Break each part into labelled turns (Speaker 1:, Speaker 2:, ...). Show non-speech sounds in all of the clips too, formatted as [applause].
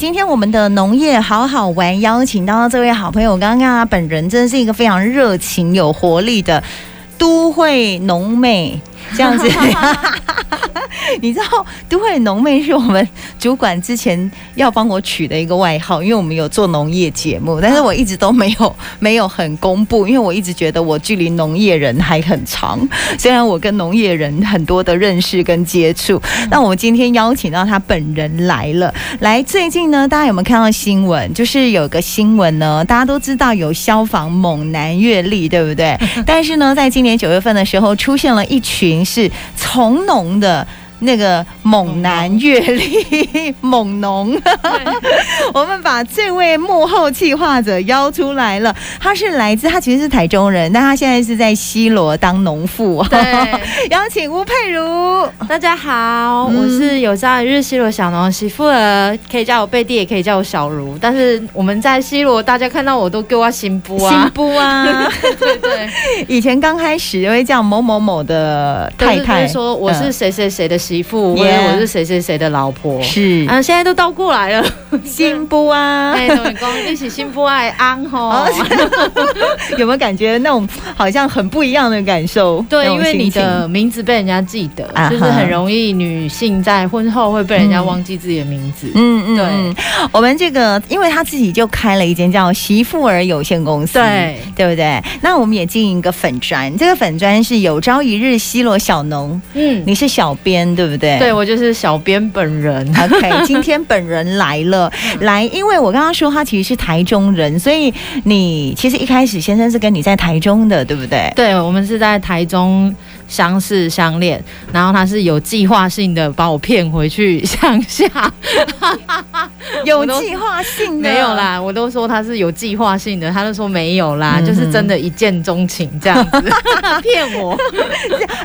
Speaker 1: 今天我们的农业好好玩，邀请到这位好朋友，我刚刚看他本人，真的是一个非常热情、有活力的都会农妹，这样子。你知道都会农妹是我们主管之前要帮我取的一个外号，因为我们有做农业节目，但是我一直都没有 [laughs] 没有很公布，因为我一直觉得我距离农业人还很长。虽然我跟农业人很多的认识跟接触，那我们今天邀请到他本人来了。来，最近呢，大家有没有看到新闻？就是有个新闻呢，大家都知道有消防猛男阅历，对不对？但是呢，在今年九月份的时候，出现了一群是从农的。那个猛男阅历猛农， [laughs] 我们把这位幕后企划者邀出来了。他是来自，他其实是台中人，但他现在是在西罗当农妇。哦 [laughs]
Speaker 2: 对，
Speaker 1: 邀请吴佩如，
Speaker 2: 大家好，我是有家日西罗小农媳妇儿，可以叫我贝蒂，也可以叫我小茹。但是我们在西罗，大家看到我都给我新布
Speaker 1: 新
Speaker 2: 啊，
Speaker 1: 布啊，
Speaker 2: [laughs] 对对，
Speaker 1: 以前刚开始会叫某某某的太
Speaker 2: 就是
Speaker 1: 太，嗯
Speaker 2: 就是说我是谁谁谁的媳妇，或
Speaker 1: Yeah
Speaker 2: 者我是谁谁谁的老婆。
Speaker 1: 是
Speaker 2: 嗯，现在都倒过来了。
Speaker 1: 新布
Speaker 2: [laughs]
Speaker 1: 啊。
Speaker 2: 哎，总共一起新布爱安吼。
Speaker 1: 哦有没有感觉那种好像很不一样的感受？
Speaker 2: 对，
Speaker 1: 那
Speaker 2: 因
Speaker 1: 种
Speaker 2: 为你
Speaker 1: 心情
Speaker 2: 的名字被人家记得
Speaker 1: 啊哈，
Speaker 2: 就是很容易女性在婚后会被人家忘记自己的名字。
Speaker 1: 嗯嗯，
Speaker 2: 对
Speaker 1: 嗯，我们这个，因为他自己就开了一间叫媳妇儿有限公司，
Speaker 2: 对
Speaker 1: 对不对？那我们也经营一个粉砖，这个粉砖是有朝一日西罗小农，
Speaker 2: 嗯，
Speaker 1: 你是小编对不对？
Speaker 2: 对。我 [laughs] 就是小编本人。 [laughs]
Speaker 1: OK，今天本人来了，
Speaker 2: 嗯
Speaker 1: 来，因为我刚刚说他其实是台中人，所以你其实一开始先生是跟你在台中的，对不对？
Speaker 2: 对，我们是在台中相识相恋，然后他是有计划性的把我骗回去乡下，
Speaker 1: 有
Speaker 2: [laughs] 我都
Speaker 1: 计划性的，
Speaker 2: [laughs] 没有， [laughs] 啦，我都说他是有计划性的，他就说没有啦，
Speaker 1: 嗯哼
Speaker 2: 就是真的一见钟情这样子， [laughs] 骗我。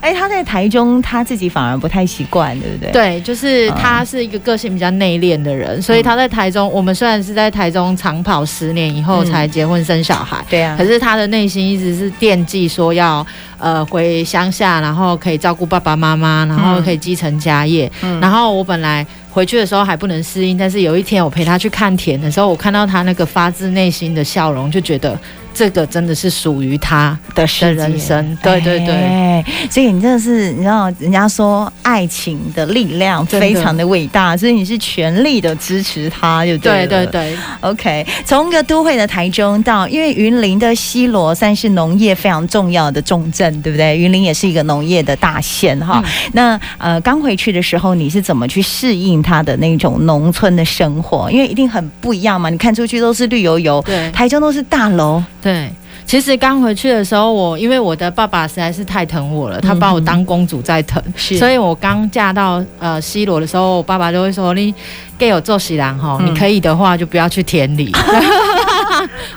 Speaker 1: 哎，他在台中他自己反而不太习惯，对不对？
Speaker 2: [laughs] 对，就是他是一个个性比较内敛的人，所以他在台中，我们虽然是在台中长跑十年以后
Speaker 1: 嗯
Speaker 2: 才结婚生小孩，
Speaker 1: 对啊
Speaker 2: 可，是他的内心一直是惦记说要呃回乡下，然后可以照顾爸爸妈妈，然后可以继承家业。
Speaker 1: 嗯
Speaker 2: 然后我本来回去的时候还不能适应，但是有一天我陪他去看田的时候，我看到他那个发自内心的笑容，就觉得这个真的是属于他。
Speaker 1: 的世界
Speaker 2: 的人生对对对
Speaker 1: 哎所以你真的是，你知道，人家说爱情的力量
Speaker 2: 真的
Speaker 1: 非常的伟大，所以你是全力的支持他，就对
Speaker 2: 对
Speaker 1: 了
Speaker 2: 对对，
Speaker 1: OK，从一个都会的台中到，因为云林的西罗算是农业非常重要的重镇，对不对？云林也是一个农业的大县哈。
Speaker 2: 嗯
Speaker 1: 那呃，刚回去的时候，你是怎么去适应它的那种农村的生活？因为一定很不一样嘛，你看出去都是绿油油，
Speaker 2: 对
Speaker 1: 台中都是大楼，
Speaker 2: 对。其实刚回去的时候我，因为我的爸爸实在是太疼我了，他把我
Speaker 1: 嗯哼
Speaker 2: 当公主在疼，
Speaker 1: 是
Speaker 2: 所以我刚嫁到呃西罗的时候，我爸爸就会说：“你 gay 有做喜郎哈，
Speaker 1: 嗯
Speaker 2: 你可以的话就不要去田
Speaker 1: [laughs]
Speaker 2: 里，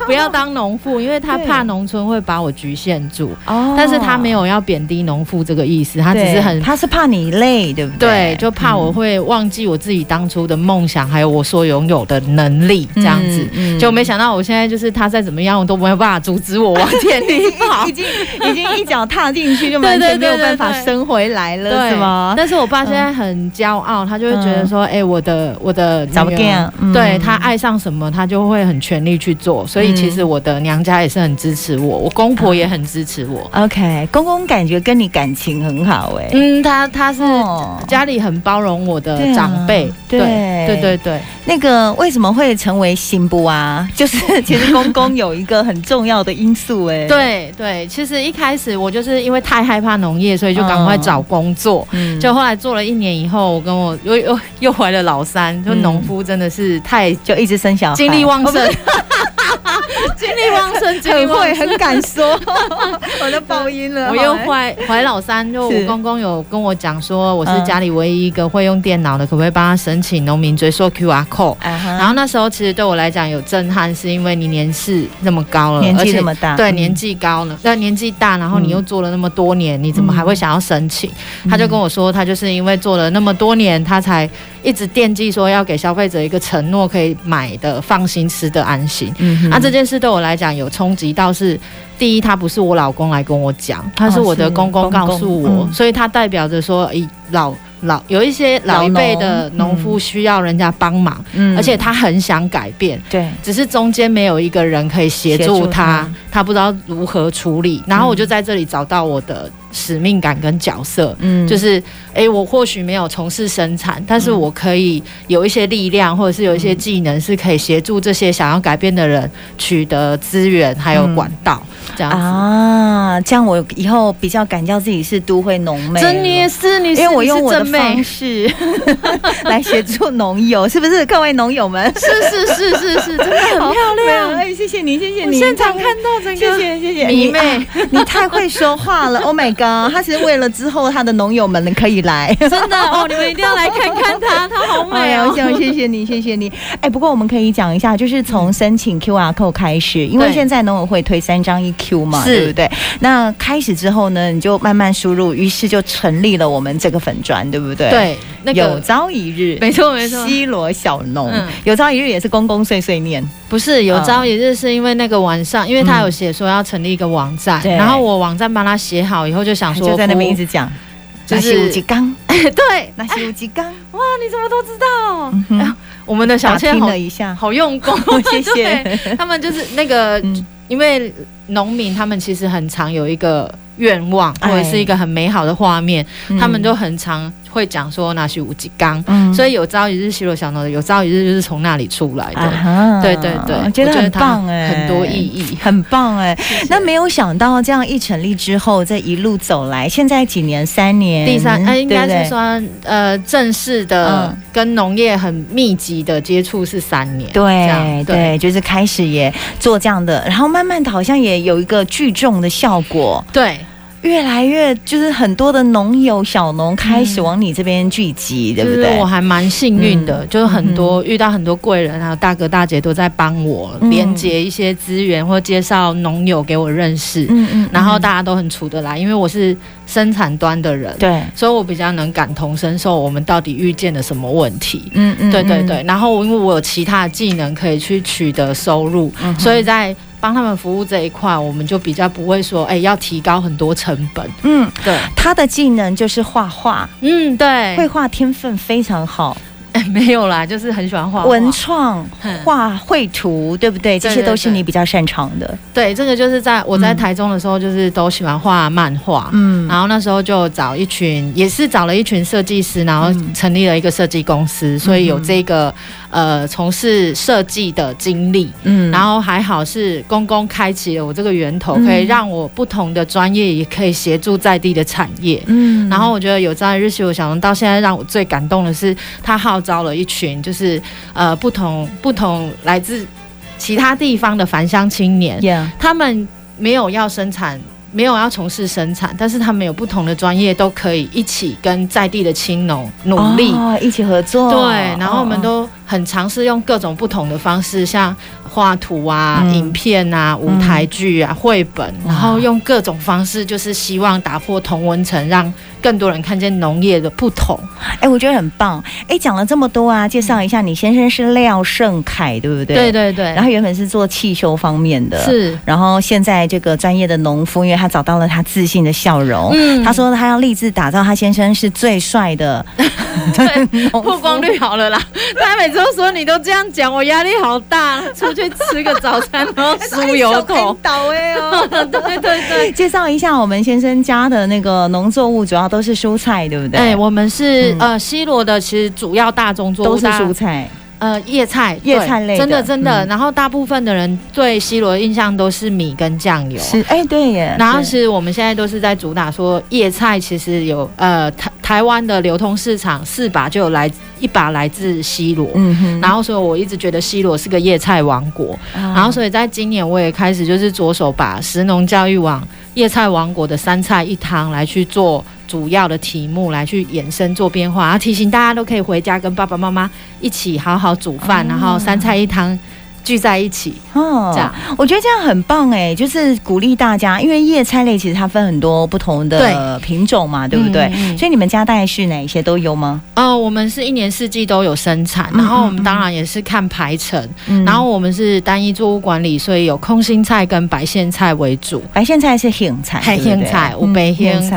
Speaker 2: 不要当农妇，因为他
Speaker 1: 对
Speaker 2: 怕农村会把我局限住。
Speaker 1: 哦
Speaker 2: 但是他没有要贬低农妇这个意思，他只是
Speaker 1: 对嗯
Speaker 2: 很。”
Speaker 1: 他是怕你累，对不对？
Speaker 2: 对，就怕我会忘记我自己当初的梦想，还有我所拥有的能力，这样子。
Speaker 1: 嗯嗯
Speaker 2: 就没想到我现在就是他再怎么样，我都没有办法阻
Speaker 1: [laughs]
Speaker 2: 止我往田里跑
Speaker 1: 已。经已经一脚踏进去，就
Speaker 2: [laughs]
Speaker 1: 完全没有办法伸回来了，
Speaker 2: 对
Speaker 1: 是吗？嗯
Speaker 2: 但是我爸现在很骄傲，他就会觉得说，哎、我的我的
Speaker 1: 怎
Speaker 2: 那
Speaker 1: 么
Speaker 2: 个
Speaker 1: 样？嗯
Speaker 2: 对他爱上什么，他就会很全力去做。所以其实我的娘家也是很支持
Speaker 1: 嗯
Speaker 2: 我，我公婆也很支持我。
Speaker 1: OK，公公感觉跟你感情很好哎、
Speaker 2: 嗯，他他是
Speaker 1: 哦
Speaker 2: 家里很包容我
Speaker 1: 对
Speaker 2: 的
Speaker 1: 啊
Speaker 2: 长辈，
Speaker 1: 对
Speaker 2: 对对对
Speaker 1: 那个为什么会成为新不啊？ [laughs] 就是其实公公有一个很重要的因素哎、
Speaker 2: 对，对对。其实一开始我就是因为太害怕农业，所以就赶快找工作。
Speaker 1: 嗯
Speaker 2: 就后来做了一年以后，我跟我又又又怀了老三，就
Speaker 1: 嗯
Speaker 2: 农夫真的是太
Speaker 1: 就一直生小孩，
Speaker 2: 精力旺盛
Speaker 1: 哦，
Speaker 2: [laughs] 精力旺盛，
Speaker 1: 不是
Speaker 2: 精
Speaker 1: [laughs]
Speaker 2: 力
Speaker 1: 很
Speaker 2: 旺
Speaker 1: 会，
Speaker 2: 盛。
Speaker 1: 很敢说， [laughs] 我的爆音了，
Speaker 2: [laughs] 我又
Speaker 1: 好哎
Speaker 2: 怀怀老三，就是我公公有跟我讲说，我是家里唯一一个会用电脑的，可不可以帮他申请农民追溯 QR code？
Speaker 1: 啊哈，
Speaker 2: 然后那时候其实对我来讲有震撼，是因为你年事那么高了，
Speaker 1: 呃年
Speaker 2: 而
Speaker 1: 纪
Speaker 2: 且
Speaker 1: 这么大，
Speaker 2: 对
Speaker 1: 嗯
Speaker 2: 年纪高了，那年纪大，然后你又做了那么多年，你怎么还会想要申请？
Speaker 1: 嗯
Speaker 2: 他就跟我说，他就是因为做了那么多年，他才一直惦记说要给消费者一个承诺，可以买的放心、吃的安心。
Speaker 1: 嗯哼
Speaker 2: 那、啊这件事对我来讲有冲击到是，第一，他不是我老公来跟我讲，他是我的公公告诉
Speaker 1: 哦公
Speaker 2: 我，
Speaker 1: 公嗯
Speaker 2: 所以他代表着说，以老老有一些老一辈的农夫需要人家帮忙，
Speaker 1: 嗯
Speaker 2: 而且他很想改变，
Speaker 1: 对，
Speaker 2: 只是中间没有一个人可以协
Speaker 1: 协
Speaker 2: 助
Speaker 1: 助
Speaker 2: 他，
Speaker 1: 他
Speaker 2: 他不知道如何处理。然后我就在这里找到我的使命感跟角色，
Speaker 1: 嗯
Speaker 2: 就是诶，我或许没有从事生产，但是我可以有一些力量，或者是有一
Speaker 1: 嗯
Speaker 2: 些技能，是可以协助这些想要改变的人取得资源还有管道，这样子。
Speaker 1: 嗯啊，这样我以后比较敢叫自己是都会农妹了。
Speaker 2: 真你也是，你是
Speaker 1: 因为我用我的
Speaker 2: 你是真妹
Speaker 1: 方式来协助农友，是不是各位农友们？
Speaker 2: 是是是是是，真的
Speaker 1: [laughs]
Speaker 2: 很漂
Speaker 1: 亮！
Speaker 2: 亮。
Speaker 1: 哎，谢谢您，谢谢
Speaker 2: 我
Speaker 1: 您。哎
Speaker 2: 现场看到整
Speaker 1: 谢
Speaker 2: 个
Speaker 1: 谢谢谢
Speaker 2: 迷
Speaker 1: 你啊
Speaker 2: 妹，
Speaker 1: 你太会说话了，Oh my god！他是为了之后他的农友们可以来。
Speaker 2: 真的哦，你们一定要来看看她，她好
Speaker 1: [laughs] 哎
Speaker 2: 美
Speaker 1: 呀，
Speaker 2: 哦
Speaker 1: 我。想谢谢你，谢谢你。哎，不过我们可以讲一下，就是从申请 QR code 开始，因为
Speaker 2: 嗯对
Speaker 1: 现在农委会推三张一 Q 嘛，
Speaker 2: 是
Speaker 1: 对不对？那开始之后呢，你就慢慢输入，于是就成立了我们这个粉砖，对不对？，
Speaker 2: 对，那
Speaker 1: 有
Speaker 2: 个
Speaker 1: 朝一日，
Speaker 2: 没错没错，
Speaker 1: 西罗小农，
Speaker 2: 嗯
Speaker 1: 有朝一日也是公公碎碎念，
Speaker 2: 不是有
Speaker 1: 嗯
Speaker 2: 朝一日是因为那个晚上，因为他有写说要成立一个网站，
Speaker 1: 嗯对
Speaker 2: 然后我网站帮他写好以哎后，就想说
Speaker 1: 就在那边一
Speaker 2: 不
Speaker 1: 直讲，
Speaker 2: 就
Speaker 1: 那
Speaker 2: 是
Speaker 1: 是五级缸，
Speaker 2: [laughs] 对，
Speaker 1: 那是五级缸，
Speaker 2: 哇，你怎么都知道？
Speaker 1: 嗯哼
Speaker 2: 哎呀我们的小
Speaker 1: 打
Speaker 2: 倩
Speaker 1: 听
Speaker 2: 好
Speaker 1: 了一
Speaker 2: [laughs]
Speaker 1: 下，，
Speaker 2: 好用功
Speaker 1: [laughs] 谢谢。
Speaker 2: 对。他们就是那个，
Speaker 1: 嗯
Speaker 2: 因为农民他们其实很常有一个愿望，或
Speaker 1: 哎
Speaker 2: 者是一个很美好的画面，他们
Speaker 1: 嗯
Speaker 2: 就很常会讲说那是五级缸，
Speaker 1: 嗯
Speaker 2: 所以有朝一日西罗小农的有朝一日就是从那里出来的。
Speaker 1: 啊哈
Speaker 2: 对对对，
Speaker 1: 我觉得很
Speaker 2: 它
Speaker 1: 棒哎，
Speaker 2: 很多意。义。
Speaker 1: 很棒哎、那
Speaker 2: 那
Speaker 1: 没有想到这样一成立之后，这一路走来，现在几年？三年？
Speaker 2: 第三，哎，应该
Speaker 1: 嗯对不对
Speaker 2: 是说，呃，正式的
Speaker 1: 嗯
Speaker 2: 跟农业很密集的接触是三年，这
Speaker 1: 对
Speaker 2: 样
Speaker 1: 对，就是开始也做这样的，然后慢慢的好像也有一个聚众的效果，
Speaker 2: 对，
Speaker 1: 越来越就是很多的农友小农开始
Speaker 2: 嗯
Speaker 1: 往你这边聚集，对
Speaker 2: 就
Speaker 1: 不
Speaker 2: 是
Speaker 1: 对
Speaker 2: 我？还蛮幸运的，
Speaker 1: 嗯
Speaker 2: 就是很多、遇到很多贵人，还有大哥大姐都在帮我
Speaker 1: 嗯
Speaker 2: 连接一些资源或介绍农友给我认识，
Speaker 1: 嗯嗯
Speaker 2: 然后大家都很处得来，因为我是生产端的人，
Speaker 1: 对，
Speaker 2: 所以我比较能感同身受我们到底遇见了什么问题。
Speaker 1: 嗯嗯
Speaker 2: 对对对，，然后因为我有其他的技能可以去取得收入，
Speaker 1: 嗯
Speaker 2: 所以在帮他们服务这一块，我们就比较不会说，哎、要提高很多成本。
Speaker 1: 嗯，
Speaker 2: 对，
Speaker 1: 他的技能就是画画，
Speaker 2: 嗯，对，
Speaker 1: 绘画天分非常好，
Speaker 2: [laughs] 哎没有啦，就是很喜欢画画
Speaker 1: 文创
Speaker 2: 嗯
Speaker 1: 画绘图，对不对？这
Speaker 2: 对
Speaker 1: 些都
Speaker 2: 对
Speaker 1: 是
Speaker 2: 对
Speaker 1: 你比较擅长的。
Speaker 2: 对，这个就是在我在台中的时候，就是都喜欢画漫画。
Speaker 1: 嗯
Speaker 2: 然后那时候就找一群，也是找了一群设计师，然后
Speaker 1: 嗯
Speaker 2: 成立了一个设计公司，所以有这个呃从事设计的经历。
Speaker 1: 嗯
Speaker 2: 然后还好是公公开启了我这个源头，
Speaker 1: 嗯
Speaker 2: 可以让我不同的专业也可以协助在地的产业。
Speaker 1: 嗯
Speaker 2: 然后我觉得有朝一日西，我想到现在让我最感动的是，他号召了一群就是呃不同不同来自其他地方的返乡青年，
Speaker 1: yeah，
Speaker 2: 他们没有要生产，没有要从事生产，但是他们有不同的专业，都可以一起跟在地的青农努力。
Speaker 1: 哦一起合作。
Speaker 2: 对，然后我们
Speaker 1: 哦
Speaker 2: 都很尝试用各种不同的方式，像画图啊、
Speaker 1: 嗯
Speaker 2: 影片啊、舞台剧啊、绘本，然后用各种方式，就是希望打破同文层，让更多人看见农业的不同。
Speaker 1: 哦哎，我觉得很棒。哎，讲了这么多啊，介绍一下，你先生是廖胜凯，对不对？
Speaker 2: 对对
Speaker 1: 然后原本是做汽修方面的，。
Speaker 2: 是，
Speaker 1: 然后现在这个专业的农夫，因为他找到了他自信的笑容。
Speaker 2: 嗯
Speaker 1: 他说他要立志打造他先生是最帅的
Speaker 2: [laughs]
Speaker 1: 呃 [laughs]
Speaker 2: 对
Speaker 1: 农夫
Speaker 2: 曝光率好了啦。他每次都说你都这样讲，我压力好大，出去吃个早餐然后梳油头。
Speaker 1: 倒 [laughs] 哎哦。
Speaker 2: 对 [laughs] 对对。
Speaker 1: 介绍一下我们先生家的那个农作物，主要都是蔬菜，对不对？
Speaker 2: 哎、我们是、
Speaker 1: 嗯
Speaker 2: 呃西罗的，其实主要大宗作物
Speaker 1: 都是
Speaker 2: 大
Speaker 1: 蔬菜。
Speaker 2: 呃叶菜
Speaker 1: 叶
Speaker 2: 对
Speaker 1: 菜类的
Speaker 2: 真的真的。
Speaker 1: 嗯
Speaker 2: 然后大部分的人对西罗的印象都是米跟酱油。
Speaker 1: 是，哎，对耶。
Speaker 2: 然后
Speaker 1: 对
Speaker 2: 其实我们现在都是在主打说叶菜，其实有呃台台湾的流通市场四把就有来一把来自西罗，
Speaker 1: 嗯哼啊
Speaker 2: 然后所以我一直觉得西罗是个叶菜王国，然
Speaker 1: 然
Speaker 2: 后所以在今年我也开始就是着手把食农教育网叶菜王国的三菜一汤来去做主要的题目，来去延伸做变化，然后提醒大家都可以回家跟爸爸妈妈一起好好煮饭，
Speaker 1: 哦
Speaker 2: 然后三菜一汤。聚在一起，
Speaker 1: 哦
Speaker 2: 这样
Speaker 1: 我觉得这样很棒哎，就是鼓励大家，因为叶菜类其实它分很多不同的
Speaker 2: 对
Speaker 1: 品种嘛，对不对？
Speaker 2: 嗯嗯
Speaker 1: 所以你们家大概是哪一些都有吗？
Speaker 2: 呃，我们是一年四季都有生产，
Speaker 1: 嗯
Speaker 2: 然后我
Speaker 1: 嗯
Speaker 2: 们当然也是看排程，
Speaker 1: 嗯
Speaker 2: 然后我们是单一作物管理，所以有空心菜跟白苋菜为主。
Speaker 1: 白苋菜是苋菜，
Speaker 2: 黑苋菜、
Speaker 1: 嗯
Speaker 2: 有白苋、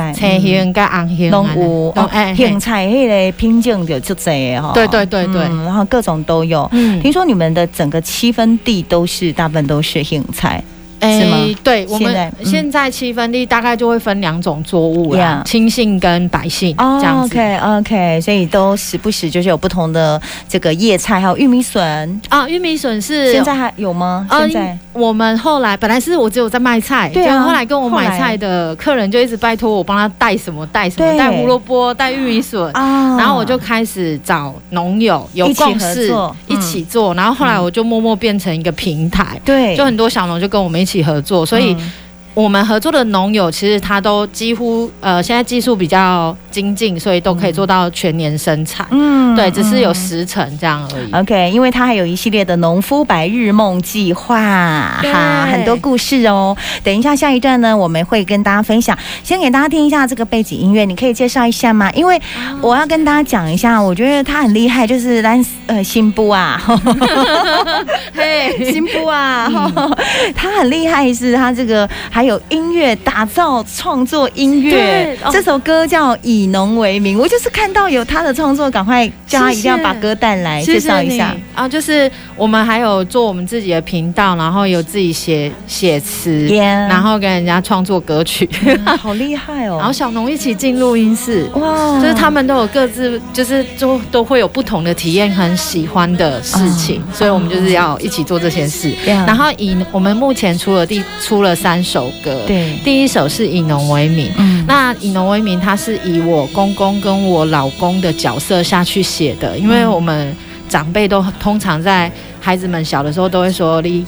Speaker 1: 苋。
Speaker 2: 青苋、跟红苋，
Speaker 1: 龙五
Speaker 2: 都
Speaker 1: 嗯哦，
Speaker 2: 哎，
Speaker 1: 苋菜迄个品种就足侪的哈，
Speaker 2: 对对对对
Speaker 1: 嗯然后各种都有。
Speaker 2: 嗯
Speaker 1: 听说你们的整个七分地都是大部分都是苋菜，是吗
Speaker 2: 哎，对，我
Speaker 1: 现在
Speaker 2: 们
Speaker 1: 嗯
Speaker 2: 现在七分地大概就会分两种作物啦
Speaker 1: Yeah，哦
Speaker 2: 青杏跟白杏哦这样子。
Speaker 1: OK OK，所以都时不时就是有不同的这个叶菜，还有玉米笋，
Speaker 2: 啊，玉米笋是
Speaker 1: 现在还有吗？
Speaker 2: 嗯
Speaker 1: 现在
Speaker 2: 我们后来本来是我只有在卖菜，
Speaker 1: 对啊
Speaker 2: 就后来跟我
Speaker 1: 后
Speaker 2: 买
Speaker 1: 来
Speaker 2: 菜的客人就一直拜托我帮他带什么带什么，
Speaker 1: 对
Speaker 2: 带胡萝卜，带玉米笋。
Speaker 1: 啊
Speaker 2: 嗯然后我就开始找农友有
Speaker 1: 一起合
Speaker 2: 共识
Speaker 1: 作嗯
Speaker 2: 一起做，然后后来我就默默变成一个平台，
Speaker 1: 对，
Speaker 2: 就很多小农就跟我们一起合作，所以
Speaker 1: 嗯
Speaker 2: 我们合作的农友其实他都几乎呃现在技术比较精进，所以都可以做到全年生产，
Speaker 1: 嗯
Speaker 2: 对，只是有
Speaker 1: 嗯
Speaker 2: 十成这样而已。
Speaker 1: OK，因为它还有一系列的农夫白日梦计划，
Speaker 2: 对
Speaker 1: 哈，很多故事哦。等一下下一段呢，我们会跟大家分享。先给大家听一下这个背景音乐，你可以介绍一下吗？因为
Speaker 2: 哦
Speaker 1: 我要跟大家讲一下，我觉得他很厉害，就是兰呃新布
Speaker 2: [laughs]
Speaker 1: 啊，
Speaker 2: 嘿，
Speaker 1: 新布啊，
Speaker 2: 嗯
Speaker 1: [laughs] 他很厉害，是他这个还有音乐打造创作音乐
Speaker 2: 对，哦
Speaker 1: 这首歌叫《以农为名》，我就是看到有他的创作，赶快叫他一定要把歌带来
Speaker 2: 谢
Speaker 1: 介
Speaker 2: 谢
Speaker 1: 绍一下
Speaker 2: 你。啊，就是我们还有做我们自己的频道，然后有自己写写词
Speaker 1: Yeah
Speaker 2: [laughs] 然后跟人家创作歌曲，
Speaker 1: 嗯好厉害哦！
Speaker 2: 然后小农一起进录音室。
Speaker 1: 哇
Speaker 2: 就是他们都有各自，就是都都会有不同的体验，很喜欢的事情，所以我们就是要一起做这些事。
Speaker 1: Yeah
Speaker 2: 然后以我们目前出了第出了三首歌，
Speaker 1: 对
Speaker 2: 第一首是以农为名，
Speaker 1: 嗯
Speaker 2: 那以农为名，它是以我公公跟我老公的角色下去写的，因为我们长辈都通常在孩子们小的时候都会说你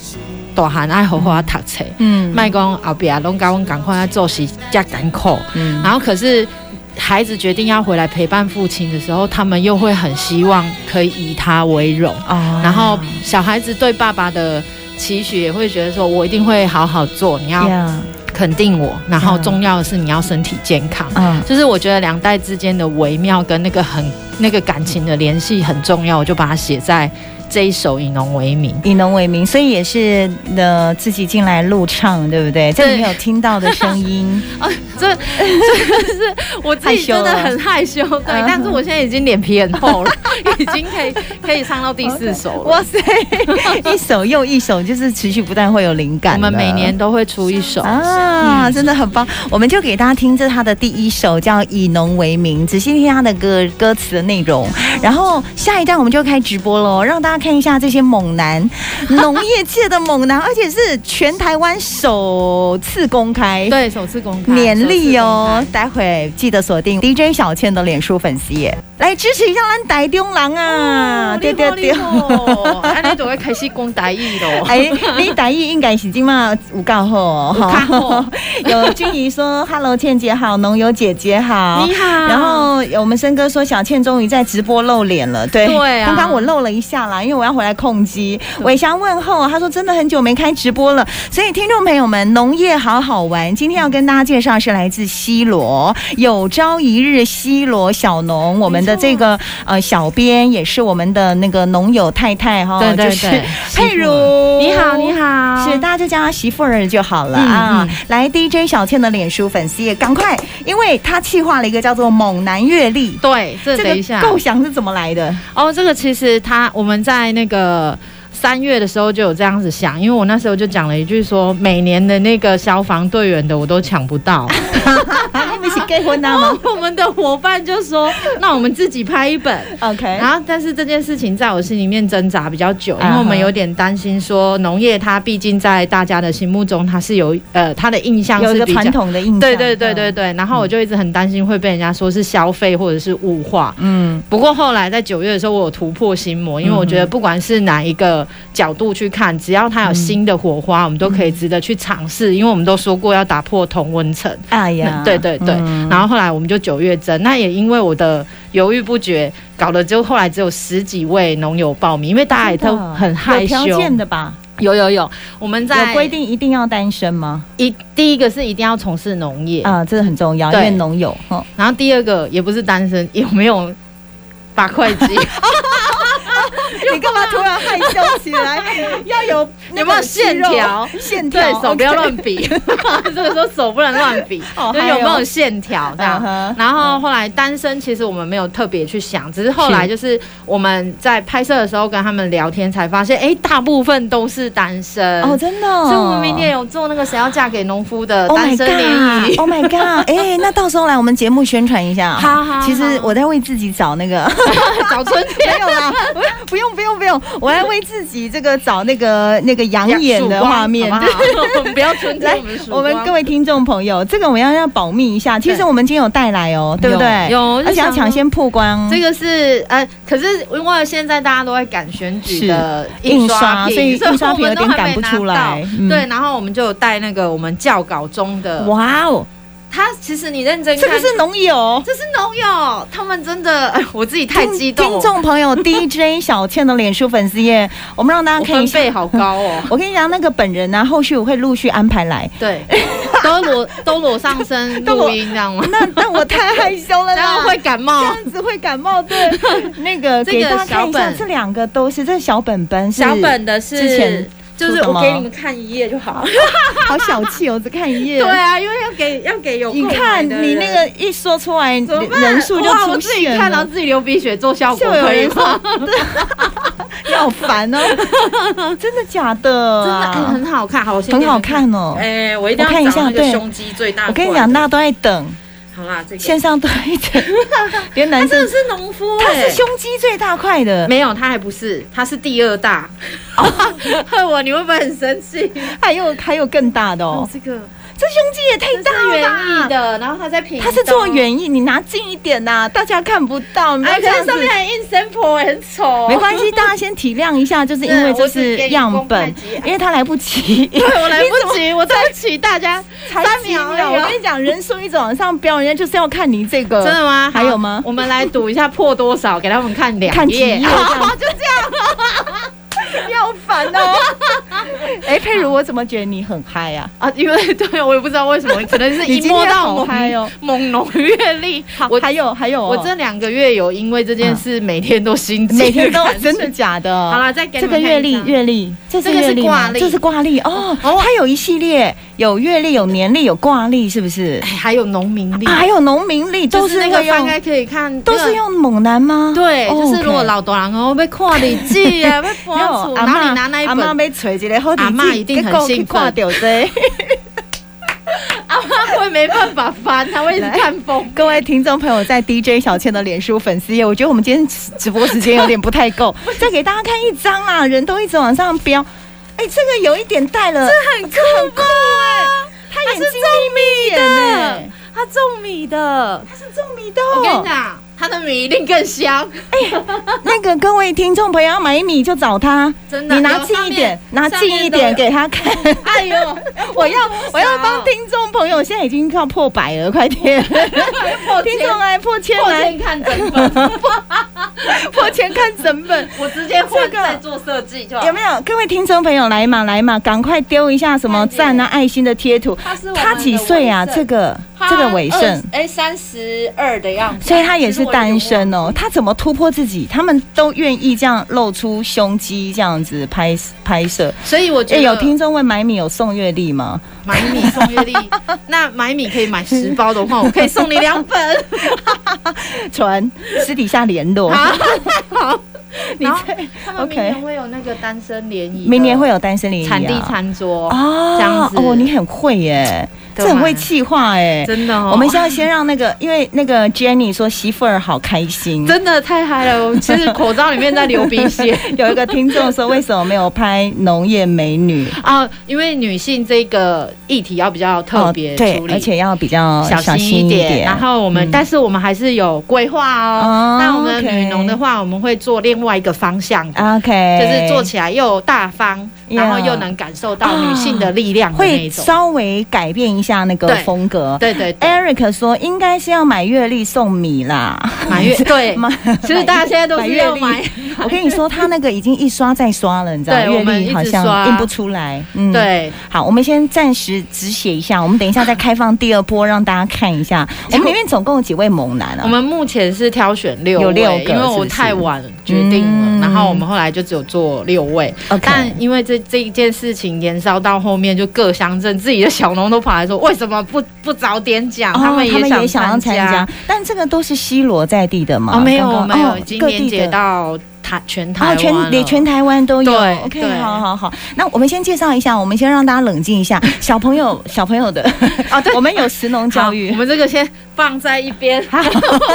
Speaker 2: 大汉爱好好读册，
Speaker 1: 嗯
Speaker 2: 卖讲后壁拢甲阮赶快要做事加艰苦，
Speaker 1: 嗯
Speaker 2: 然后可是。孩子决定要回来陪伴父亲的时候，他们又会很希望可以以他为荣，
Speaker 1: 哦
Speaker 2: 然后小孩子对爸爸的期许也会觉得说，我一定会好好做，你要
Speaker 1: 呀，
Speaker 2: 肯定我，然后
Speaker 1: 嗯
Speaker 2: 重要的是你要身体健康。
Speaker 1: 嗯
Speaker 2: 就是我觉得两代之间的微妙跟那个很那个感情的联系很重要，我就把它写在这一首《以农为名》。
Speaker 1: 以农为名，所以也是呃自己进来录唱，对不对？这里面有听到的声
Speaker 2: [laughs]
Speaker 1: 音，
Speaker 2: 这这是我自己真的很害羞，对，
Speaker 1: 嗯
Speaker 2: 但是我现在已经脸皮很厚了， [laughs] 已经可以可以唱到第四首了。
Speaker 1: 哇塞， [laughs] 一首又一首，就是持续不但会有灵感了，
Speaker 2: 我们每年都会出一首。
Speaker 1: 啊，真的很棒！我们就给大家听这是他的第一首叫《以农为名》，仔细听他的歌歌词的内容。然后下一站我们就开直播喽，让大家看一下这些猛男， [laughs] 农业界的猛男，而且是全台湾首次公开。。
Speaker 2: 对，首次公开，
Speaker 1: 勉励
Speaker 2: 首
Speaker 1: 哦
Speaker 2: 次公开！
Speaker 1: 待会记得锁定 DJ 小倩的脸书粉丝页，来支持一下咱台中郎啊！
Speaker 2: 啊，对对对， [laughs] 安啊尼就会开始讲台语 [laughs] 咯。
Speaker 1: 哎，你打意应该是今嘛有够好哦，
Speaker 2: 哦有够好
Speaker 1: [laughs] 有俊怡说 “Hello 倩姐好，农友姐姐好
Speaker 2: 你。好，”
Speaker 1: 然后有我们森哥说小倩终于在直播露脸了，对，
Speaker 2: 对啊
Speaker 1: 刚刚我露了一下啦，因为我要回来控机。伟翔问候，他说真的很久没开直播了，所以听众朋友们，农业好好玩，今天要跟大家介绍是来自西罗，有朝一日西罗小农，我们的这个呃小编也是我们的那个农友太太哈，
Speaker 2: 对对
Speaker 1: 就是
Speaker 2: 对
Speaker 1: 佩
Speaker 2: 媳妇
Speaker 1: 如
Speaker 2: 儿，你好，你好，
Speaker 1: 是，大家就叫她媳妇儿就好了
Speaker 2: 啊嗯
Speaker 1: 啊
Speaker 2: 嗯。
Speaker 1: 来，DJ 小倩的脸书粉丝也赶快，因为她企划了一个叫做“猛男阅历”，
Speaker 2: 对，这等
Speaker 1: 这
Speaker 2: 一下，
Speaker 1: 个构想是怎么
Speaker 2: [laughs]
Speaker 1: 来的？
Speaker 2: 哦，这个其实他我们在那个。三月的时候就有这样子想，因为我那时候就讲了一句说，每年的那个消防队员的我都抢不 [laughs] 到，
Speaker 1: 啊，你们是结婚了吗
Speaker 2: 我们的伙伴就说， [laughs] 那我们自己拍一本。
Speaker 1: ？OK，
Speaker 2: 然后，但是这件事情在我心里面挣扎比较久，因
Speaker 1: 啊
Speaker 2: 为
Speaker 1: 哈
Speaker 2: 我们有点担心说，农业它毕竟在大家的心目中，它是有呃它的印象
Speaker 1: 有一
Speaker 2: 是
Speaker 1: 个
Speaker 2: 比较
Speaker 1: 传统的印象，
Speaker 2: 对对对对对，然后我就一直很担心会被人家说是消费或者是物化。
Speaker 1: 嗯，
Speaker 2: 不过后来在九月的时候，我有突破心魔，因为我觉得不管是哪一个角度去看，只要它有新
Speaker 1: 嗯
Speaker 2: 的火花，我们都可以值得去尝试，因为我们都说过要打破同温层。
Speaker 1: 嗯，哎呀，
Speaker 2: 对对对，对。然后后来我们就九月征，那也因为我的犹豫不决，搞得就后来只有十几位农友报名，因为大家也都很害
Speaker 1: 有条
Speaker 2: 羞。
Speaker 1: 件的吧？
Speaker 2: 有有有，我们在
Speaker 1: 有规定一定要单身吗？
Speaker 2: 一第一个是一定要从事农业，
Speaker 1: 啊，这个很重要，因
Speaker 2: 对
Speaker 1: 为农友哈，
Speaker 2: 然后第二个也不是单身，有没有把
Speaker 1: [laughs]
Speaker 2: 会计？
Speaker 1: 你干嘛突然害羞起
Speaker 2: [laughs]
Speaker 1: 来？要有
Speaker 2: 有没有线条？
Speaker 1: 线条
Speaker 2: 对手不要乱比， [laughs] 这个时候手不能乱比，
Speaker 1: 哦
Speaker 2: 就
Speaker 1: 嗨
Speaker 2: 有没有
Speaker 1: 哦
Speaker 2: 线条这
Speaker 1: 嗯
Speaker 2: 样。
Speaker 1: 哼
Speaker 2: 然后后来单身，其实我们没有特别去想，只是后来
Speaker 1: 是
Speaker 2: 就是我们在拍摄的时候跟他们聊天，才发现，哎，大部分都是单身。
Speaker 1: 哦，真的哦，
Speaker 2: 所以我们明年有做那个谁要嫁给农夫的
Speaker 1: Oh
Speaker 2: 单
Speaker 1: my
Speaker 2: 身联谊 [laughs]
Speaker 1: god！Oh my [laughs] god！哎、那到时候来我们节目宣传一下。
Speaker 2: 好好好
Speaker 1: 其实我在为自己找那个， [laughs]
Speaker 2: 找春
Speaker 1: 没
Speaker 2: 天。
Speaker 1: 有啦，不不用不用不用，我在为自己这个找那个那个养眼的画面。
Speaker 2: 好不
Speaker 1: 对
Speaker 2: 好我
Speaker 1: [laughs]
Speaker 2: 们不要春天，
Speaker 1: 来
Speaker 2: 我们，曙
Speaker 1: 我们
Speaker 2: 光
Speaker 1: 各位听众朋友，这个我们要要保密一下。其实
Speaker 2: 对
Speaker 1: 我们今天有带来哦，对不对？
Speaker 2: 有，有
Speaker 1: 而且要抢。
Speaker 2: 我就想说
Speaker 1: 先曝光
Speaker 2: 这个是呃，可是因为现在大家都在赶选举的
Speaker 1: 是
Speaker 2: 印刷
Speaker 1: 印刷所以
Speaker 2: 品，
Speaker 1: 印刷
Speaker 2: 我
Speaker 1: 品
Speaker 2: 们
Speaker 1: 有
Speaker 2: 都
Speaker 1: 点
Speaker 2: 还
Speaker 1: 赶
Speaker 2: 没
Speaker 1: 不
Speaker 2: 拿
Speaker 1: 出
Speaker 2: 到
Speaker 1: 来。嗯
Speaker 2: 对，然后我们就有带那个我们教稿中的，
Speaker 1: 哇哦，
Speaker 2: 他其实你认真
Speaker 1: 这
Speaker 2: 看，
Speaker 1: 个是农友。
Speaker 2: 这是农友，他们真的，哎我自己太
Speaker 1: 听
Speaker 2: 激动
Speaker 1: 听
Speaker 2: 了，
Speaker 1: 众朋 [laughs] 友，DJ 小倩的脸书粉丝页，我们让大
Speaker 2: 我
Speaker 1: 家看一
Speaker 2: 分
Speaker 1: 下。，
Speaker 2: 贝好高哦
Speaker 1: [laughs] 我跟你讲，那个本人呢、啊，后续我会陆续安排来。
Speaker 2: 对，都裸都裸上身
Speaker 1: 都裸
Speaker 2: 录音这 [laughs] 样吗？
Speaker 1: [laughs] 那那我太害羞
Speaker 2: [laughs]
Speaker 1: 了
Speaker 2: 这样
Speaker 1: 啦，
Speaker 2: 会感
Speaker 1: 这
Speaker 2: 冒。
Speaker 1: 样子会感冒。
Speaker 2: [laughs]
Speaker 1: 对，那个
Speaker 2: 这个
Speaker 1: 给大家看一
Speaker 2: 小
Speaker 1: 下，
Speaker 2: 本
Speaker 1: 这两个都是这小本本是，
Speaker 2: 小本的是
Speaker 1: 之前
Speaker 2: 就是
Speaker 1: 出的
Speaker 2: 我
Speaker 1: 吗
Speaker 2: 给你们看一页
Speaker 1: [laughs]
Speaker 2: 就好。
Speaker 1: 好小气哦，只看一页。
Speaker 2: [laughs] 对啊，因为要给要给有
Speaker 1: 你
Speaker 2: 购买
Speaker 1: 看
Speaker 2: 的
Speaker 1: 你
Speaker 2: 人
Speaker 1: 那个一说出来，
Speaker 2: 怎么办？
Speaker 1: 人数就
Speaker 2: 哇，我
Speaker 1: 出
Speaker 2: 自己
Speaker 1: 现
Speaker 2: 看到
Speaker 1: 了，
Speaker 2: 自己流鼻血做效果
Speaker 1: 就有
Speaker 2: 可以
Speaker 1: 人
Speaker 2: 吗？
Speaker 1: 说， [laughs] 你好烦哦，
Speaker 2: [laughs]
Speaker 1: 真的假的
Speaker 2: 真的、
Speaker 1: 啊？
Speaker 2: 哎很好看，好，我先
Speaker 1: 很
Speaker 2: 给你
Speaker 1: 好
Speaker 2: 们。
Speaker 1: 看哦。
Speaker 2: 哎、我一定
Speaker 1: 我看一
Speaker 2: 要
Speaker 1: 下
Speaker 2: 找那个
Speaker 1: 对
Speaker 2: 胸肌最大
Speaker 1: 我
Speaker 2: 块的。
Speaker 1: 跟你讲，大家都在等，
Speaker 2: 好啦，这个
Speaker 1: 线上都在
Speaker 2: [laughs]
Speaker 1: 等，连男
Speaker 2: 他真
Speaker 1: 生
Speaker 2: 的是农夫、
Speaker 1: 他
Speaker 2: 哎
Speaker 1: 是胸肌最大块的，
Speaker 2: 没有，他还不是，他是第二大。
Speaker 1: 哦
Speaker 2: [laughs] 恨我，你会不会很生气？
Speaker 1: 还有还有更大的哦，
Speaker 2: 这个
Speaker 1: 这胸肌也太
Speaker 2: 这
Speaker 1: 大
Speaker 2: 是
Speaker 1: 了
Speaker 2: 园
Speaker 1: 吧
Speaker 2: 艺的，然后他在屏东，
Speaker 1: 他是做园艺，你拿近一点呐、大家看不到，你不要
Speaker 2: 哎，
Speaker 1: 这
Speaker 2: 可
Speaker 1: 样
Speaker 2: 是
Speaker 1: 子
Speaker 2: 上。面哦还印生婆，
Speaker 1: 哎
Speaker 2: 很丑。
Speaker 1: 没关系，大家先体谅一下，就是因为这是样本，因为他来不及，
Speaker 2: 啊对我来
Speaker 1: [laughs]
Speaker 2: 不及，我对不起大家。
Speaker 1: 才
Speaker 2: 三
Speaker 1: 几
Speaker 2: 秒而已
Speaker 1: 秒。
Speaker 2: 哦
Speaker 1: 我跟你讲，人数一直往上飙，人家就是要看你这个。
Speaker 2: 真的吗？
Speaker 1: 呃还有吗
Speaker 2: 好我们来赌一下破多少，给他们看两
Speaker 1: 看几页。
Speaker 2: 页
Speaker 1: 这样 [laughs]
Speaker 2: 好，就这样。
Speaker 1: 要烦哦。 [laughs] 哎，佩如，我怎么觉得你很嗨啊？
Speaker 2: [laughs] 啊，因为对我也不知道为什么，可能是
Speaker 1: [laughs] 你
Speaker 2: 一
Speaker 1: 今
Speaker 2: 摸
Speaker 1: 天
Speaker 2: 到
Speaker 1: 好
Speaker 2: 猛
Speaker 1: 嗨哦！
Speaker 2: 猛农阅历，我
Speaker 1: 我还有还有哦，
Speaker 2: 我这两个月有因为这件事每天都心悸，
Speaker 1: 嗯每天
Speaker 2: [laughs]
Speaker 1: 都真的。假的？
Speaker 2: 好啦，再给你
Speaker 1: 这
Speaker 2: 们
Speaker 1: 个
Speaker 2: 看
Speaker 1: 阅
Speaker 2: 一
Speaker 1: 历
Speaker 2: 张，
Speaker 1: 阅历，这是
Speaker 2: 这个是
Speaker 1: 阅历吗
Speaker 2: 挂历
Speaker 1: 这是挂历哦。它有一系列，有阅历，有年历，有挂历，是不是
Speaker 2: 哎？还有农民历
Speaker 1: 啊，，还有农民历，
Speaker 2: 就
Speaker 1: 都是
Speaker 2: 那
Speaker 1: 会
Speaker 2: 个翻
Speaker 1: 用，
Speaker 2: 开可以看，
Speaker 1: 都是。用猛男吗？
Speaker 2: 对，
Speaker 1: 哦
Speaker 2: 就是如果
Speaker 1: OK
Speaker 2: 老多人哦被跨里记啊，被
Speaker 1: [laughs] 没
Speaker 2: 播
Speaker 1: 有
Speaker 2: 出，
Speaker 1: 阿
Speaker 2: 然后
Speaker 1: 嬷
Speaker 2: 你拿那一
Speaker 1: 阿
Speaker 2: 本， [laughs]
Speaker 1: 妈被锤一个好地址，
Speaker 2: 阿嬷一定
Speaker 1: 结
Speaker 2: 很
Speaker 1: 果去
Speaker 2: 兴奋
Speaker 1: 看到这个
Speaker 2: 会没办法翻，他会一直
Speaker 1: 来
Speaker 2: 看风。
Speaker 1: 各位听众朋友，在 DJ 小倩的脸书粉丝页，我觉得我们今天直播时间有点不太
Speaker 2: [laughs]
Speaker 1: 够，再给大家看一张啊，人都一直往上飙。哎，这个有一点带了，
Speaker 2: 很酷啊哎，
Speaker 1: 他啊眼睛眯眯眼呢，
Speaker 2: 他种米的，哦
Speaker 1: 他是种米豆。
Speaker 2: 我跟 [laughs] 你讲，他的米一定
Speaker 1: [laughs]
Speaker 2: 更香，
Speaker 1: 那个各位听众朋友要买米就找他，
Speaker 2: 真的。
Speaker 1: 你拿
Speaker 2: 有
Speaker 1: 近一点，拿近一点。给他看。
Speaker 2: [laughs] 上面上面都有哎呦，
Speaker 1: 我
Speaker 2: [laughs]
Speaker 1: 要我要帮
Speaker 2: 帮
Speaker 1: 听众朋友，现在已经要破百了，快点！
Speaker 2: [laughs] 破
Speaker 1: 听
Speaker 2: 天
Speaker 1: 众来破千
Speaker 2: 破
Speaker 1: 来
Speaker 2: 天看整本，
Speaker 1: 破千看整本。
Speaker 2: 我直接
Speaker 1: 这
Speaker 2: 换
Speaker 1: 个
Speaker 2: 在做设计就好。
Speaker 1: [laughs] 有没有各位听众朋友来嘛来嘛，赶快丢一下什么赞啊、爱心的贴图。
Speaker 2: 他是我们的
Speaker 1: 他几岁啊？
Speaker 2: 伟盛
Speaker 1: 这个这个伟盛，
Speaker 2: 二哎三十二的样子，啊
Speaker 1: 所以他也是单身
Speaker 2: 哦。
Speaker 1: 哦。他怎么突破自己？他们都愿意这样露出胸肌，这样子拍拍摄。
Speaker 2: 所以我觉
Speaker 1: 哎，
Speaker 2: 得
Speaker 1: 有听众问买米有送月历吗？
Speaker 2: 买米送
Speaker 1: [laughs]
Speaker 2: 月历，那买米可以买十包的话，我可以送你两
Speaker 1: [laughs]
Speaker 2: 本。
Speaker 1: 传私底下联络。
Speaker 2: 好，好，
Speaker 1: [laughs] 你
Speaker 2: 然后
Speaker 1: 这
Speaker 2: 他们明年会有那个单身联谊的，
Speaker 1: 明年会有单身联谊啊
Speaker 2: 产地餐桌，
Speaker 1: 哦，
Speaker 2: 这样子
Speaker 1: 哦，你很会耶，
Speaker 2: 对
Speaker 1: 这很会气化哎。
Speaker 2: 真的哦。
Speaker 1: 我们现在先让那个，因为那个 Jenny 说媳妇儿好开心。
Speaker 2: 真的太嗨了，我其实口罩里面在流鼻
Speaker 1: [laughs]
Speaker 2: 血。
Speaker 1: 有一个听众说，为什么没有拍农业美女？
Speaker 2: 啊，因为女性这个议题要比较特别
Speaker 1: 哦
Speaker 2: 处
Speaker 1: 对
Speaker 2: 理，，
Speaker 1: 而且要比较
Speaker 2: 小
Speaker 1: 哦心
Speaker 2: 心一点。然后我们，
Speaker 1: 嗯
Speaker 2: 但是我们还是有规划
Speaker 1: 哦
Speaker 2: 哦。那我们
Speaker 1: OK
Speaker 2: 女农的话，我们会做另外一个方向，就
Speaker 1: 哦 OK，
Speaker 2: 是做起来又大方，然后又能感受到女性的力量的那
Speaker 1: 会
Speaker 2: 一种。
Speaker 1: 稍微改变一下那个
Speaker 2: 对
Speaker 1: 风格。
Speaker 2: 对对对，
Speaker 1: Eric 说，应该是要买月历送米 [laughs] 啦。
Speaker 2: 满月对，
Speaker 1: 买
Speaker 2: 其实大家现在都
Speaker 1: 买
Speaker 2: 是
Speaker 1: 月
Speaker 2: 要
Speaker 1: 历
Speaker 2: 买，
Speaker 1: 我跟你说，他那个已经一刷再刷了，你知道，
Speaker 2: 对
Speaker 1: 阅
Speaker 2: 我们一
Speaker 1: 历
Speaker 2: 直
Speaker 1: 好像
Speaker 2: 刷
Speaker 1: 印不出来。嗯，。
Speaker 2: 对，
Speaker 1: 好，我们先暂时止血一下，我们等一下再开放第二波，让大家看一下。我们里面总共有几位猛男
Speaker 2: 我
Speaker 1: 啊？
Speaker 2: 们目前是挑选六
Speaker 1: 有
Speaker 2: 位，
Speaker 1: 六个
Speaker 2: 因为
Speaker 1: 是不
Speaker 2: 我
Speaker 1: 是
Speaker 2: 太晚决定了，
Speaker 1: 嗯
Speaker 2: 然后我们后来就只有做六位。
Speaker 1: OK
Speaker 2: 但因为这这一件事情延烧到后面，就各乡镇自己的小农都跑来说，为什么不不早点讲？
Speaker 1: 哦
Speaker 2: 他们也想
Speaker 1: 想要参加
Speaker 2: 加。，
Speaker 1: 但这个都是西罗在地的嘛？
Speaker 2: 哦，没有，
Speaker 1: 刚刚
Speaker 2: 没有，
Speaker 1: 哦
Speaker 2: 已经
Speaker 1: 各
Speaker 2: 连
Speaker 1: 地
Speaker 2: 接
Speaker 1: 的。
Speaker 2: 到台全台
Speaker 1: 啊，
Speaker 2: 湾
Speaker 1: 全
Speaker 2: 了
Speaker 1: 连全台湾都有。
Speaker 2: 对
Speaker 1: o k
Speaker 2: 对
Speaker 1: 好好好。那我们先介绍一下，我们先让大家冷静一下。小朋友， [laughs] 小朋友的，
Speaker 2: 哦，对，
Speaker 1: 我们有神农
Speaker 2: 好
Speaker 1: 教育
Speaker 2: 我。们这个先放在一边。
Speaker 1: [laughs]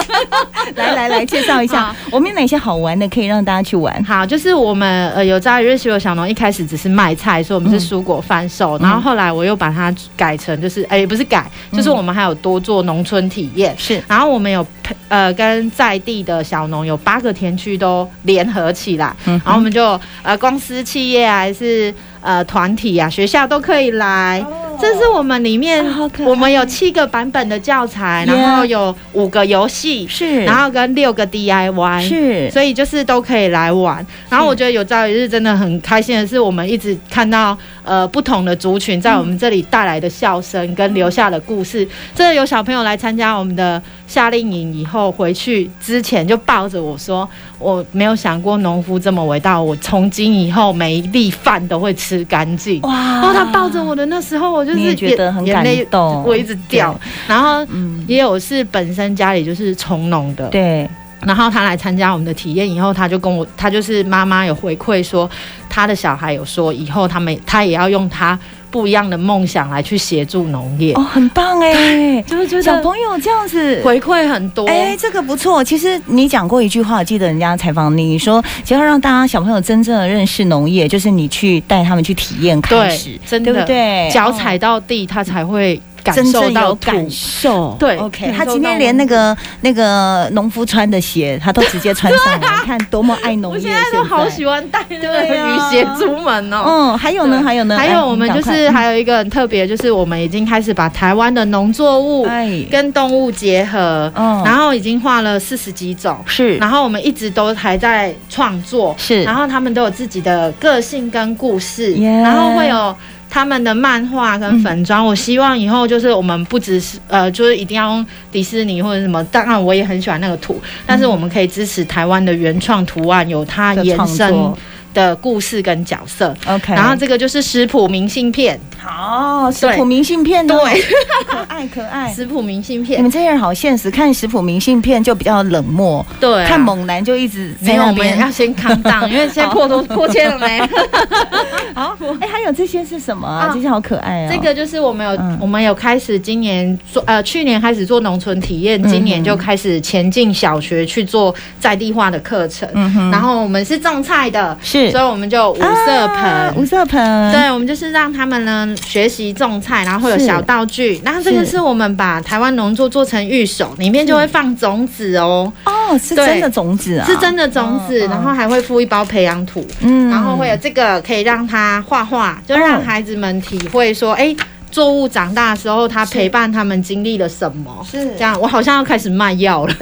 Speaker 1: 来来来，介绍一下
Speaker 2: 好，
Speaker 1: 我们有哪些好玩的可以让大家去玩？
Speaker 2: 好，就是我们呃有朝一日西有小农一开始只是卖菜，所以我们
Speaker 1: 嗯
Speaker 2: 是蔬果贩售，然后后来我又把它改成就是哎、不是改，就是
Speaker 1: 嗯
Speaker 2: 我们还有多做农村体验。
Speaker 1: 是
Speaker 2: 然后我们有配呃跟在地的小农有八个田区都联合起来，
Speaker 1: 嗯
Speaker 2: 然后我们就呃公司、企业啊还是呃团体啊、学校都可以来。这是我们里面、
Speaker 1: 哦啊好可爱
Speaker 2: 我们有七个版本的教材，
Speaker 1: Yeah
Speaker 2: 然后有五个游戏，
Speaker 1: 是，
Speaker 2: 然后跟六个 DIY。
Speaker 1: 是
Speaker 2: 所以就是都可以来玩。然后我觉得有朝一日真的很开心的是，我们一直看到呃不同的族群在我们这里带来的笑声跟留下的故事。这有小朋友来参加我们的夏令营以后，回去之前就抱着我说：“我没有想过农夫这么伟大，我从今以后每一粒饭都会吃干净。”
Speaker 1: 哇，
Speaker 2: 然后他哦抱着我的那时候，我就是
Speaker 1: 哦你也觉得
Speaker 2: 眼
Speaker 1: 很
Speaker 2: 眼泪
Speaker 1: 感动
Speaker 2: 我一直掉。然后
Speaker 1: 嗯，
Speaker 2: 也有是本身家里就是从农的，
Speaker 1: 对，
Speaker 2: 然后他来参加我们的体验以后，他就跟我，他就是妈妈有回馈说，他的小孩有说以后他们他也要用他不一样的梦想来去协助农业，
Speaker 1: 哦，很棒哎，
Speaker 2: 就是觉
Speaker 1: 小
Speaker 2: 得
Speaker 1: 朋友这样子。
Speaker 2: 回馈很多。
Speaker 1: 哎，这个不错。其实你讲过一句话，我记得人家采访你，你说只要让大家小朋友真正的认识农业，就是你去带他们去体验开始
Speaker 2: 对，，真
Speaker 1: 对
Speaker 2: 的，
Speaker 1: 不对？
Speaker 2: 脚踩到地，他才会
Speaker 1: 哦
Speaker 2: 感
Speaker 1: 真
Speaker 2: 受
Speaker 1: 正
Speaker 2: 到
Speaker 1: 有
Speaker 2: 土。
Speaker 1: 感受。
Speaker 2: 对
Speaker 1: ，OK，
Speaker 2: 感受
Speaker 1: 他
Speaker 2: 到
Speaker 1: 今天连那个那个农夫穿的鞋，他都直接穿上来，看多么爱农
Speaker 2: 我
Speaker 1: 业。
Speaker 2: 现在都好喜欢带那个
Speaker 1: 对啊
Speaker 2: 雨鞋出门哦。
Speaker 1: 嗯，还有呢，
Speaker 2: 对
Speaker 1: 还有呢，
Speaker 2: 还
Speaker 1: 哎
Speaker 2: 有我们
Speaker 1: 赶
Speaker 2: 就
Speaker 1: 快
Speaker 2: 是还有一个很特别，就是我们已经开始把台湾的农作物
Speaker 1: 哎，
Speaker 2: 跟动物结合，
Speaker 1: 嗯
Speaker 2: 然后已经画了四十几种，
Speaker 1: 是
Speaker 2: 然后我们一直都还在创作，
Speaker 1: 是
Speaker 2: 然后他们都有自己的个性跟故事
Speaker 1: Yeah 嗯
Speaker 2: 然后会有他们的漫画跟粉妆。我希望以后就是我们不只是呃，就是一定要用迪士尼或者什么，当然我也很喜欢那个图，但是
Speaker 1: 嗯
Speaker 2: 我们可以支持台湾的原创图案，有它
Speaker 1: 的
Speaker 2: 延
Speaker 1: 创
Speaker 2: 伸
Speaker 1: 作
Speaker 2: 的故事跟角色。
Speaker 1: OK，
Speaker 2: 然后这个就是食谱明信片，
Speaker 1: 好食
Speaker 2: 对
Speaker 1: 谱明信片呢，哦
Speaker 2: 对，
Speaker 1: [laughs] 可爱可爱。
Speaker 2: 食谱明信
Speaker 1: 你
Speaker 2: 片，
Speaker 1: 们这些人好现实，看食谱明信片就比较冷漠，
Speaker 2: 对啊、
Speaker 1: 看猛男就一直
Speaker 2: 没
Speaker 1: 在
Speaker 2: 有，
Speaker 1: 那
Speaker 2: 我们要
Speaker 1: 边。
Speaker 2: 先扛档，因为
Speaker 1: [laughs]
Speaker 2: 现在破都破切了没？
Speaker 1: 好，哎，还有这些是什么啊？
Speaker 2: 啊
Speaker 1: 这些好可爱啊！
Speaker 2: 这个就是我们有，
Speaker 1: 嗯
Speaker 2: 我们有开始今年做，呃，去年开始做农村体
Speaker 1: 嗯
Speaker 2: 验，今年就开始前进小学去做在地化的课程。
Speaker 1: 嗯哼
Speaker 2: 然后我们是种菜的，
Speaker 1: 是
Speaker 2: 所以我们就有五色盆。
Speaker 1: 啊五色盆，
Speaker 2: 对，我们就是让他们呢学习种菜，然后会有
Speaker 1: 是
Speaker 2: 小道具。那这个
Speaker 1: 是
Speaker 2: 是我们把台湾农作做成玉手，里面就会放种子哦，
Speaker 1: 哦，是
Speaker 2: 对
Speaker 1: 真的种子啊，
Speaker 2: 是真的种子，
Speaker 1: 嗯嗯
Speaker 2: 然后还会附一包培养土。
Speaker 1: 嗯
Speaker 2: 然后会有 [laughs] 这个可以让他画画，就让孩子们体会说，哎、
Speaker 1: 哦
Speaker 2: 作物长大的时候，他陪伴他们经历了什么。
Speaker 1: 是
Speaker 2: 这样，我好像要开始卖药了，。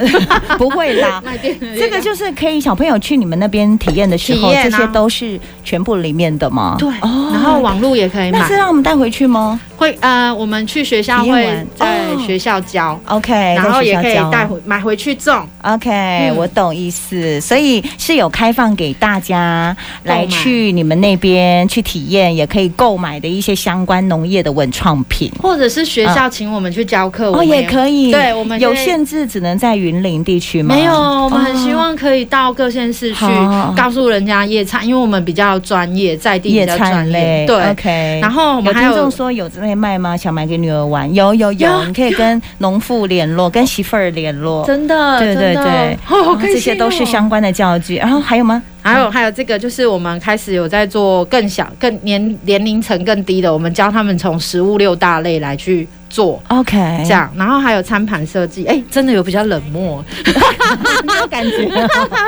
Speaker 1: 不会啦
Speaker 2: [laughs] 卖电的
Speaker 1: 这个就是可以小朋友去你们那边体验的时候，
Speaker 2: 体验
Speaker 1: 这
Speaker 2: 啊
Speaker 1: 些都是全部里面的吗？
Speaker 2: 对，
Speaker 1: 哦
Speaker 2: 然后网络也可以
Speaker 1: 那
Speaker 2: 买
Speaker 1: 是，让我们带回去吗
Speaker 2: 会呃，我们去学校
Speaker 1: 体验完
Speaker 2: 会在
Speaker 1: 哦
Speaker 2: 学校教，
Speaker 1: ？OK，
Speaker 2: 然后
Speaker 1: 在学
Speaker 2: 也
Speaker 1: 校
Speaker 2: 可以
Speaker 1: 教
Speaker 2: 带回买回去种，
Speaker 1: OK，、
Speaker 2: 嗯
Speaker 1: 我懂意思，所以是有开放给大家
Speaker 2: 购买
Speaker 1: 来去你们那边去体验，也可以购买的一些相关农业的文创品。
Speaker 2: 或者是学校请我们去教课，
Speaker 1: 嗯
Speaker 2: 我
Speaker 1: 哦，
Speaker 2: 们
Speaker 1: 也可以，
Speaker 2: 对我们
Speaker 1: 有
Speaker 2: 现在
Speaker 1: 限制，只能在云林地区吗？
Speaker 2: 没有，我们很
Speaker 1: 哦
Speaker 2: 希望可以到各县市去
Speaker 1: 好
Speaker 2: 告诉人家夜餐，因为我们比较专业，在地
Speaker 1: 野
Speaker 2: 比较专
Speaker 1: 餐
Speaker 2: 业，
Speaker 1: 类，
Speaker 2: 对。
Speaker 1: ，OK，
Speaker 2: 然。后我
Speaker 1: 有
Speaker 2: 们还
Speaker 1: 听众
Speaker 2: 有
Speaker 1: 说有这边卖吗？想买给女儿玩，有有有，
Speaker 2: 有
Speaker 1: 你可以跟农妇联络，跟媳妇儿联络，
Speaker 2: 真的，
Speaker 1: 对对
Speaker 2: 真的
Speaker 1: 对
Speaker 2: 哦，好
Speaker 1: 然后
Speaker 2: 开心哦
Speaker 1: 这些都是相关的教具。然后还有吗？
Speaker 2: 还有还有这个就是我们开始有在做更小、更年年龄层更低的，我们教他们从食物六大类来去做。
Speaker 1: OK，
Speaker 2: 这样，然后还有餐盘设计，哎、哎真的有比较冷漠。
Speaker 1: 没有感觉。
Speaker 2: [laughs]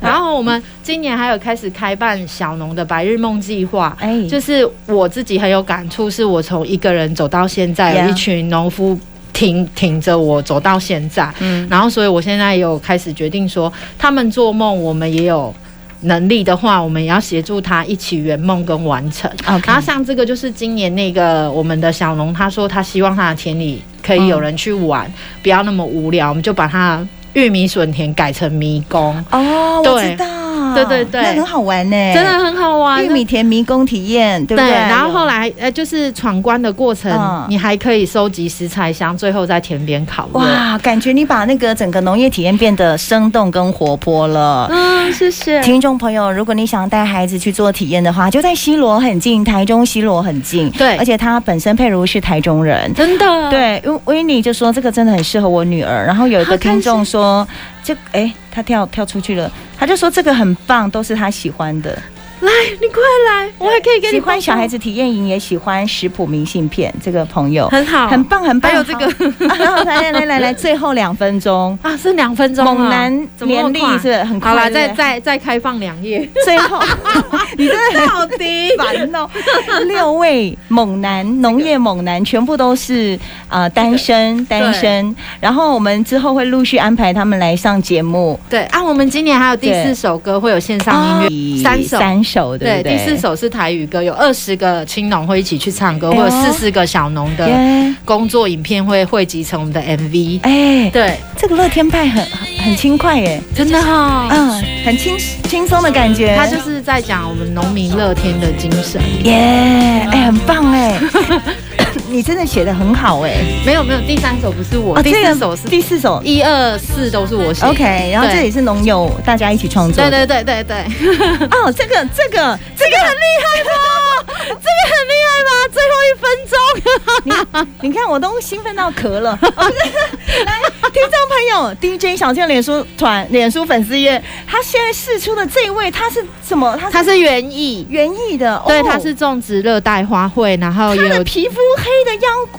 Speaker 2: 然后我们今年还有开始开办小农的白日梦计划，
Speaker 1: 哎，
Speaker 2: 就是是我自己很有感触，是我从一个人走到现在，有
Speaker 1: Yeah
Speaker 2: 一群农夫挺挺着我走到现在，
Speaker 1: 嗯，
Speaker 2: 然后所以我现在有开始决定说，他们做梦，我们也有能力的话，我们也要协助他一起圆梦跟完成。然后像这个就是今年那个我们的小龙，他说他希望他的田里可以有人去玩，不要那么无聊，我们就把他玉米笋田改成迷宫，
Speaker 1: 哦，我
Speaker 2: 对
Speaker 1: 知道，
Speaker 2: 对对对
Speaker 1: 那很好玩呢，
Speaker 2: 真的很好玩。
Speaker 1: 嗯玉米田迷宫体验，对不对？
Speaker 2: 然后后来呃，就是闯关的过程，
Speaker 1: 嗯
Speaker 2: 你还可以收集食材箱，最后在田边烤肉。
Speaker 1: 哇，感觉你把那个整个农业体验变得生动跟活泼了。
Speaker 2: 嗯，谢谢。
Speaker 1: 听众朋友，如果你想带孩子去做体验的话，就在西罗很近，台中西罗很近，
Speaker 2: 对嗯
Speaker 1: 而且他本身佩如是台中人。
Speaker 2: 真的，
Speaker 1: 对，因为维尼就说这个真的很适合我女儿。然后有一个
Speaker 2: 好
Speaker 1: 听
Speaker 2: 开心
Speaker 1: 众说，这哎，他跳跳出去了，他就说这个很棒，都是他喜欢的。
Speaker 2: 来，你快来，我还可以给你
Speaker 1: 喜欢小孩
Speaker 2: 子，
Speaker 1: 子体验营，也喜欢食谱明信片。这个朋友
Speaker 2: 很好，
Speaker 1: 很棒，很棒。
Speaker 2: 还有这个
Speaker 1: 好，啊来来来来来，最后两分钟，
Speaker 2: 啊，剩两分钟啊
Speaker 1: 猛男
Speaker 2: 怎么那
Speaker 1: 年
Speaker 2: 么
Speaker 1: 历
Speaker 2: 快
Speaker 1: 是不是很快
Speaker 2: 好啦，
Speaker 1: 对
Speaker 2: 再
Speaker 1: 不对
Speaker 2: 再再开放两页，
Speaker 1: 最
Speaker 2: [laughs]
Speaker 1: 后，你真的很
Speaker 2: 到底
Speaker 1: 烦哦。六位猛男，农业猛男，全部都是呃单身，单身。然后我们之后会陆续安排他们来上节目，
Speaker 2: 对啊，我们今年还有第四首歌会有线上音乐，啊三首。
Speaker 1: 三首，对
Speaker 2: 对，
Speaker 1: 不
Speaker 2: 第
Speaker 1: 对？
Speaker 2: 四首是台语歌，有二十个青农会一起去唱
Speaker 1: 哎
Speaker 2: 歌，会
Speaker 1: 呦哎
Speaker 2: 有四十个小农的
Speaker 1: 耶。
Speaker 2: 工作影片会汇集成我们的 MV。
Speaker 1: 哎，
Speaker 2: 对，
Speaker 1: 这个乐天派很很轻快耶，
Speaker 2: 真的哈、哦，
Speaker 1: 嗯，很轻轻松的感觉。
Speaker 2: 他就是在讲我们农民乐天的精神。
Speaker 1: 耶，哎，很棒哎， [laughs] 你真的写的很好哎。
Speaker 2: 没有没有，第三首不是我，
Speaker 1: 哦
Speaker 2: 第
Speaker 1: 这个
Speaker 2: 四首是
Speaker 1: 第四首
Speaker 2: 一二四都是我写的。
Speaker 1: ，OK。然后这
Speaker 2: 对
Speaker 1: 也是农友大家一起创作
Speaker 2: 对
Speaker 1: 的。
Speaker 2: 对对对对，
Speaker 1: 哦，这个这个这个很厉害哦，这个很厉害吧？最后一分钟，你你看我都兴奋到咳了。哦不是 [laughs] 来，听众朋友，DJ 小倩脸书团、脸书粉丝页，他现在试出的这一位，他是什么？他
Speaker 2: 它
Speaker 1: 是
Speaker 2: 是园 [laughs] 艺，
Speaker 1: 园艺的，哦
Speaker 2: 对，它是种植热带花卉，然后也
Speaker 1: 他的
Speaker 2: 哦有，
Speaker 1: 皮肤黑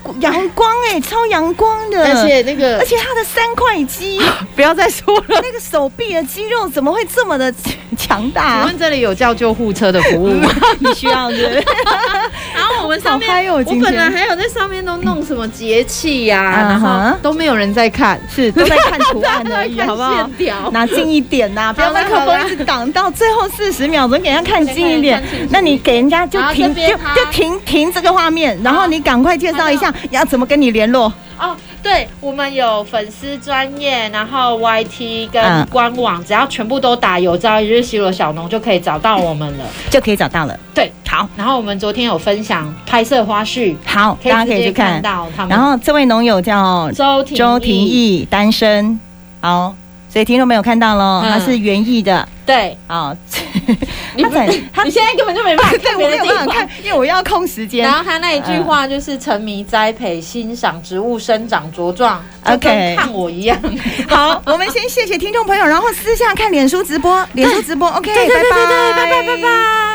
Speaker 1: 的阳阳光
Speaker 2: [laughs]
Speaker 1: 哎、超阳光的，
Speaker 2: 而且那个
Speaker 1: 而且他的三块肌，
Speaker 2: [laughs] 不要再说了。 [laughs]
Speaker 1: 那个手臂的肌肉怎么会这么的强大、
Speaker 2: 请问这里有叫救护车的服务吗？ [laughs]
Speaker 1: 你需要的。
Speaker 2: 然后我们上面，
Speaker 1: 好嗨哦
Speaker 2: 我
Speaker 1: 今天
Speaker 2: 本来还有在上面都弄什么节气呀、
Speaker 1: 嗯
Speaker 2: 然
Speaker 1: 哼
Speaker 2: 后都没有人在看，
Speaker 1: [laughs]
Speaker 2: [laughs]
Speaker 1: 是都在看图案而已，
Speaker 2: 大家
Speaker 1: 好
Speaker 2: [laughs] 都
Speaker 1: 不
Speaker 2: 在啊看
Speaker 1: 好
Speaker 2: 线？条。
Speaker 1: 拿近一点呐、不要麦克
Speaker 2: 好啦
Speaker 1: 风一直挡到最后四十秒钟，给人家看近一点
Speaker 2: 看清楚。
Speaker 1: 那你给人家就
Speaker 2: 然后
Speaker 1: 停，
Speaker 2: 这
Speaker 1: 就
Speaker 2: 边啊
Speaker 1: 就停停这个画面，然后你赶快介绍一下要怎么跟你联络。
Speaker 2: 哦，对，我们有粉丝专业，然后 YT
Speaker 1: 嗯
Speaker 2: 跟官网，只要全部都打“有朝一日西罗小农”就可以找到我们了。
Speaker 1: 就可以找到了。
Speaker 2: 对，
Speaker 1: 好，
Speaker 2: 然后我们昨天有分享拍摄花絮，
Speaker 1: 好，大家
Speaker 2: 直
Speaker 1: 可以
Speaker 2: 接
Speaker 1: 去看
Speaker 2: 看。到他们。
Speaker 1: 然后这位农友叫
Speaker 2: 周婷
Speaker 1: 周廷义，单身。好，所以听众没有看到喽，
Speaker 2: 嗯
Speaker 1: 他是园艺的。
Speaker 2: 对，
Speaker 1: 好，[laughs]
Speaker 2: 你
Speaker 1: 他在他
Speaker 2: [laughs] 你现在根本就没办
Speaker 1: [laughs]
Speaker 2: 法
Speaker 1: 对
Speaker 2: 看
Speaker 1: 我
Speaker 2: 别
Speaker 1: 没
Speaker 2: 的
Speaker 1: 有
Speaker 2: 地
Speaker 1: 办
Speaker 2: 方
Speaker 1: 法看，嗯因为我要空时间
Speaker 2: 然。后他那一句话就是“沉迷栽培，欣赏植物生长茁壮”，就
Speaker 1: OK
Speaker 2: 跟看我一样。
Speaker 1: 好，我们先谢谢听众朋友，然后私下看脸书直播，脸书直播 OK，拜拜，
Speaker 2: 拜拜拜拜。